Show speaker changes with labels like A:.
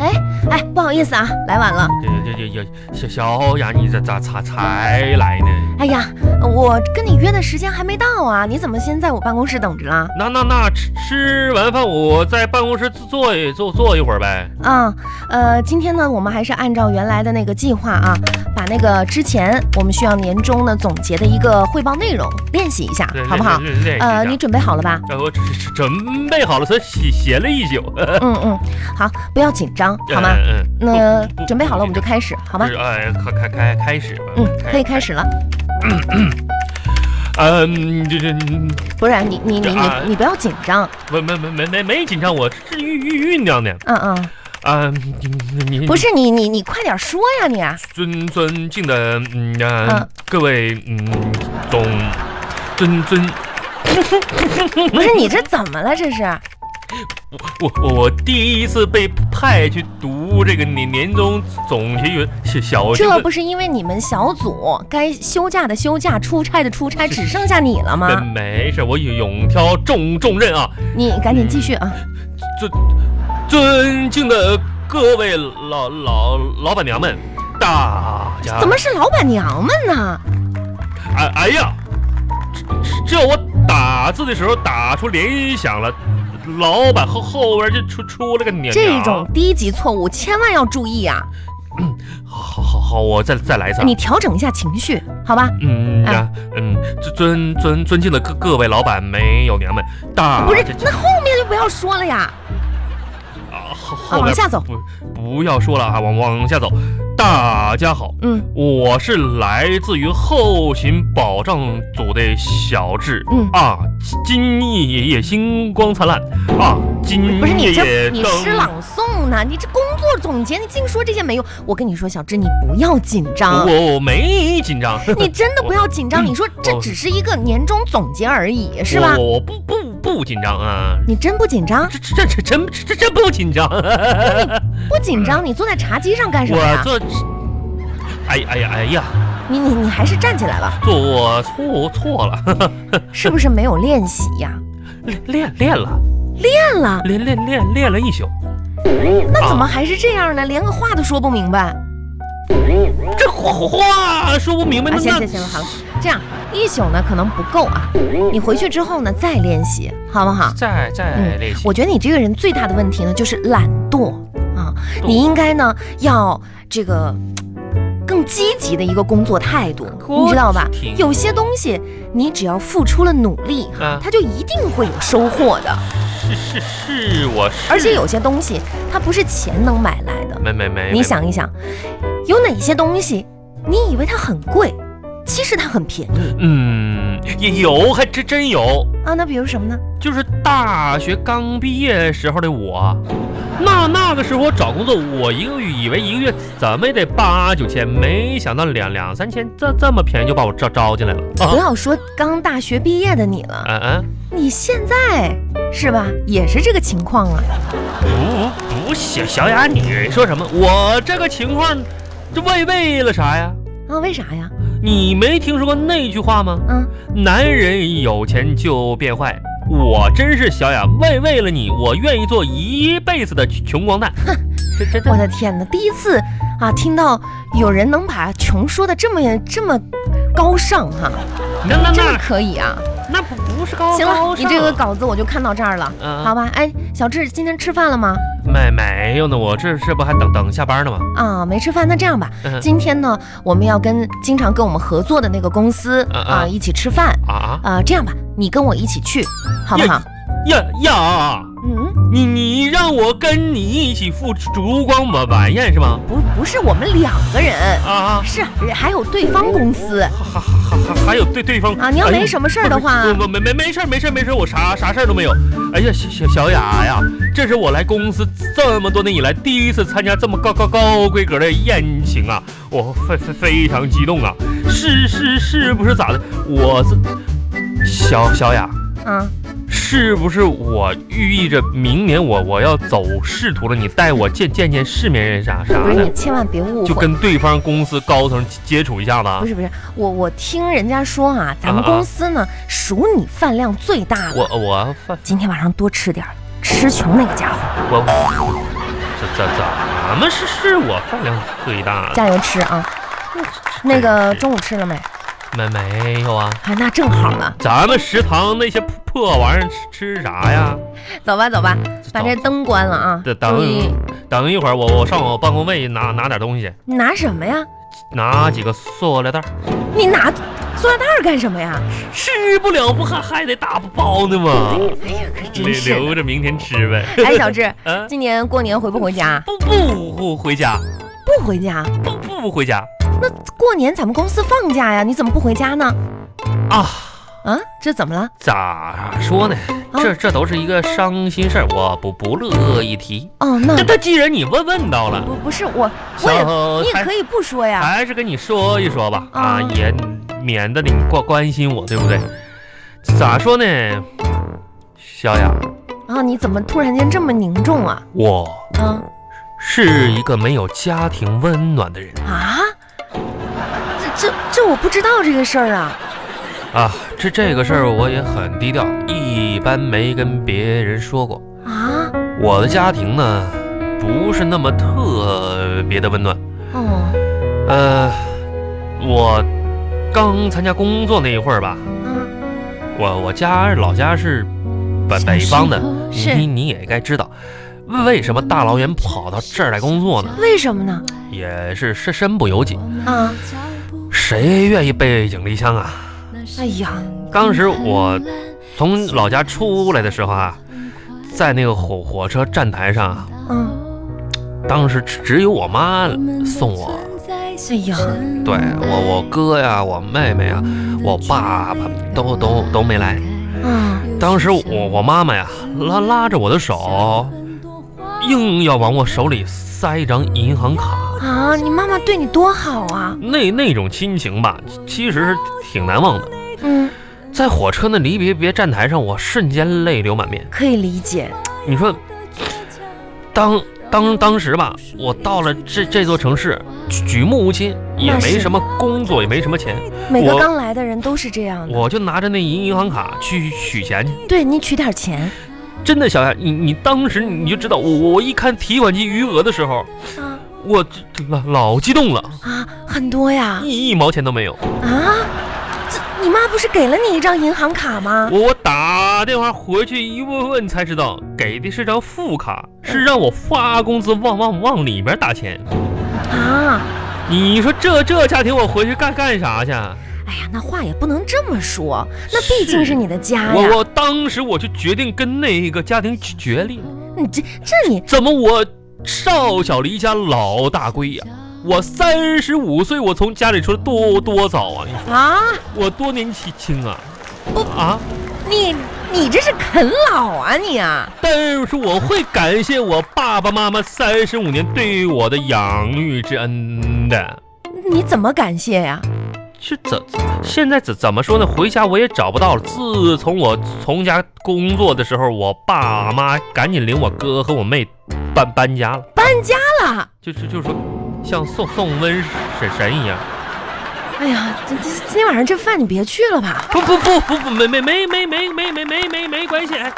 A: 哎好意思啊，来晚了。
B: 这这这这小小雅，你这咋咋才来呢？
A: 哎呀，我跟你约的时间还没到啊，你怎么先在我办公室等着啦？
B: 那那那吃吃完饭我在办公室坐一坐坐一会儿呗。
A: 啊、呃，今天呢，我们还是按照原来的那个计划啊，把那个之前我们需要年终呢总结的一个汇报内容练习一下
B: 对，
A: 好不好？？
B: 练练习一下
A: 呃，你准备好了 吧？
B: 哎我准准备好了，所以写写了一宿。
A: 嗯嗯，好，不要紧张， 好吗？
B: 嗯？嗯，
A: 那
B: 不不
A: 准备好了我们就开始，好吗
B: 是？哎，开开开开始吧。
A: 嗯，可以开。始了。
B: 嗯，这这
A: 不是你你你你
B: 啊
A: 你不要紧张，
B: 没没没没没没紧张，我这是酝酝酝酿呢。
A: 嗯嗯，
B: 啊，你你
A: 不是你你你快点说呀你啊
B: 尊尊敬的嗯、呃
A: 嗯
B: 各位嗯总尊尊，
A: 不是你这怎么了这是？
B: 我我我第一次被派去读这个年年终总结员小小
A: 这
B: 个
A: 不是因为你们小组该休假的休假，出差的出差，
B: 是
A: 只剩下你了
B: 没
A: 吗？
B: 没事，我勇挑重重任啊！
A: 你赶紧继续啊！
B: 嗯尊尊敬的各位老老老板娘们，大家
A: 怎么是老板娘们呢？
B: 哎哎呀，这这我打字的时候打出联想了，老板后后边就出出了个啊娘。
A: 这种低级错误千万要注意啊！
B: 好好好好，我再再来一次啊。
A: 你调整一下情绪，好吧？
B: 嗯
A: 哎
B: 呀，嗯，尊尊尊尊敬的各各位老板没有娘们，大
A: 不是
B: 啊这，这
A: 那后面就不要说了呀。
B: 啊后
A: 啊
B: 后
A: 往
B: 边
A: 下走
B: 不不要说了啊，往往下走。大家好，
A: 嗯
B: 我是来自于后勤保障组的小智。
A: 嗯，
B: 啊，今夜也星光灿烂啊！今夜
A: 不是你这你
B: 灯
A: 诗朗诵呢？你这工作总结，你净说这些没用。我跟你说，小芝，你不要紧张。
B: 我我没紧张，
A: 啊你真的不要紧张，
B: 我
A: 你说这
B: 我
A: 只是一个年终总结而已，是吧
B: 我？我我不不不紧张啊，
A: 你真不紧张？
B: 这这这真这真不紧张。
A: 不紧张，你坐在茶几上干什么
B: 我
A: 呀？
B: 这，哎呀哎呀哎呀，
A: 你你你还是站起来吧，
B: 做我错错了，
A: 是不是没有练习呀？
B: 练练练了，
A: 练了，
B: 练练练练了一宿，
A: 那怎么还是这样呢？连个话都说不明白。
B: 这话话说不明白。
A: 啊，
B: 那
A: 行行行了，好了，这样一宿呢可能不够啊，你回去之后呢再练习，好不好
B: 那？再再练习
A: 嗯我，觉得你这个人最大的问题呢就是懒惰啊，
B: 惰
A: 你应该呢要这个。嗯更积极的一个工作态度，
B: 可
A: 你知道吧
B: 挺？
A: 有些东西，你只要付出了努力，
B: 啊
A: 它就一定会有收获的。
B: 是是是，我是
A: 而且有些东西它不是钱能买来的。
B: 没没没，
A: 你
B: 没
A: 想一想，有哪些东西你以为它很贵，其实它很便宜
B: 嗯，也有，还真真有。
A: 啊？那比如什么呢？
B: 就是大学刚毕业时候的我，那那个时候我找工作，我一个月以为一个月怎么也得八九千，没想到两两三千，这这么便宜就把我招招进来了
A: 不
B: 啊！
A: 要说刚大学毕业的你了，
B: 嗯嗯，
A: 你现在是吧，也是这个情况啊？
B: 不不小小雅，你说什么？我这个情况，这为为了啥呀？
A: 啊，为啥呀？
B: 你没听说过那句话吗？
A: 嗯，
B: 男人有钱就变坏。我真是小雅，为为了你，我愿意做一辈子的穷 光蛋。这这这
A: 我的天哪，第一次啊听到有人能把穷说的这么这么高尚哈、
B: 那那
A: 真的
B: 那
A: 可以啊！
B: 那不不是高啊
A: 行了，
B: 高
A: 你这个
B: 尚
A: 稿子我就看到这儿了，
B: 嗯
A: 好吧？哎，小智今天吃饭了吗？
B: 没没有呢，我这这不还等等下班呢吗？
A: 啊，没吃饭，那这样吧，
B: 嗯
A: 今天呢，我们要跟经常跟我们合作的那个公司
B: 嗯
A: 啊、
B: 嗯
A: 一起吃饭，
B: 啊 啊
A: 啊，这样吧，你跟我一起去，好不好？
B: 呀呀！
A: 嗯，
B: 你你让我跟你一起赴烛光晚晚宴是吗？
A: 不，不是我们两个人，
B: 啊啊！
A: 是还有对方公司
B: 还还还还有对对方
A: 啊。你要
B: 哎
A: 没什么事儿的话，
B: 不不没没没事儿没事儿没事儿，我啥啥事儿都没有。哎呀，小小小雅呀，这是我来公司这么多年以来第一次参加这么高高高规格的宴请啊，我非非非常激动啊！是是是不是咋的？我是小小雅，
A: 啊，
B: 是不是我寓意着明年我我要走仕途了？你带我见见见世面人啥啥
A: 不是
B: 的
A: 你，千万别误
B: 就
A: 会。
B: 跟对方公司高层接触一下子啊
A: 不。是不是，我我听人家说啊，咱们
B: 啊啊
A: 公司呢数你饭量最大的，
B: 我我犯
A: 今天晚上多吃点儿，吃穷那个家伙。
B: 我这这怎么是是我饭量最大的？哎
A: 加油吃啊！那个中午吃了没？
B: 没没有啊？
A: 啊，那正好了。
B: 咱们食堂那些破破玩意儿吃吃啥呀？
A: 走吧，走吧，把这灯关了啊！
B: 这等
A: 你
B: 等一会儿我，我上我办公位拿拿点东西，
A: 你拿什么呀？
B: 拿几个塑料袋儿，
A: 你拿塑料袋儿干什么呀？
B: 吃不了不还还得打包呢吗？
A: 哎呀，可真
B: 留
A: 是的！
B: 留着明天吃呗。
A: 哎，小智，
B: 啊，
A: 今年过年回不回家？
B: 不不不回家，
A: 不回家。
B: 不不回家
A: 那过年咱们公司放假呀，你怎么不回家呢？
B: 啊！
A: 啊，这怎么了？
B: 咋说呢？
A: 啊
B: 这这都是一个伤心事儿，我不不乐意提。
A: 哦，那
B: 这这既然你问问到了，
A: 不不是我，我也
B: 我
A: 你也可以啊不说呀。
B: 还是跟你说一说吧，啊，
A: 嗯
B: 也免得你关关心我，对不对？咋说呢，小雅，
A: 啊，你怎么突然间这么凝重啊？
B: 我
A: 啊
B: 是一个没有家庭温暖的人
A: 啊，这这这我不知道这个事儿啊。
B: 啊。这这个事儿我也很低调，一般没跟别人说过。
A: 啊，
B: 我的家庭呢，不是那么特别的温暖。
A: 哦，
B: 呃，我刚参加工作那一会儿吧，
A: 嗯，
B: 我我家老家是北北方的，
A: 是
B: 你你也该知道，为什么大老远跑到这儿来工作呢？
A: 为什么呢？
B: 也是是身不由己，
A: 啊，
B: 谁愿意背井离乡啊？
A: 哎呀，
B: 当时我从老家出来的时候啊，在那个火火车站台上啊，
A: 嗯，
B: 当时只只有我妈送我，
A: 哎呀，
B: 对我我哥呀，我妹妹呀，我爸爸都都都没来。
A: 啊，
B: 当时我我妈妈呀，拉拉着我的手，硬要往我手里塞一张银行卡。
A: 啊，你妈妈对你多好啊。
B: 那那种亲情吧，其实是挺难忘的。
A: 嗯，
B: 在火车那离别别站台上，我瞬间泪流满面。
A: 可以理解。
B: 你说，当当当时吧，我到了这这座城市，举举目无亲，也
A: 那是
B: 没什么工作，也没什么钱，
A: 每个
B: 我
A: 刚来的人都是这样的。
B: 我就拿着那银银行卡去取钱去。
A: 对你取点钱
B: 真的，小夏，你你当时你就知道，我我我一看提款机余额的时候，
A: 啊
B: 我这老老激动了，
A: 啊，很多呀
B: 一一毛钱都没有。
A: 啊！这你妈不是给了你一张银行卡吗？
B: 我我打电话回去一问问才知道，给的是张副卡，是让我发工资往往往里边打钱。
A: 啊，
B: 你说这这家庭我回去干干啥去？
A: 哎呀，那话也不能这么说，那毕竟是你的家呀。
B: 我我当时我就决定跟那个家庭决裂，
A: 你这这你
B: 怎么我少小离家老大归呀、我三十五岁，我从家里出来多多早啊！你说
A: 啊，
B: 我多年轻轻啊
A: 不！
B: 啊！
A: 你你这是啃老啊你啊！
B: 但是我会感谢我爸爸妈妈三十五年对我的养育之恩的。
A: 你怎么感谢呀？
B: 是怎现在怎怎么说呢？回家我也找不到了。自从我从家工作的时候，我爸妈赶紧领我哥和我妹搬搬家了，
A: 搬家了，
B: 就就就说像送送瘟神神一样。
A: 哎呀，这这今天晚上这饭你别去了吧？
B: 不不不不不，没没没没没没没没没没关系。哎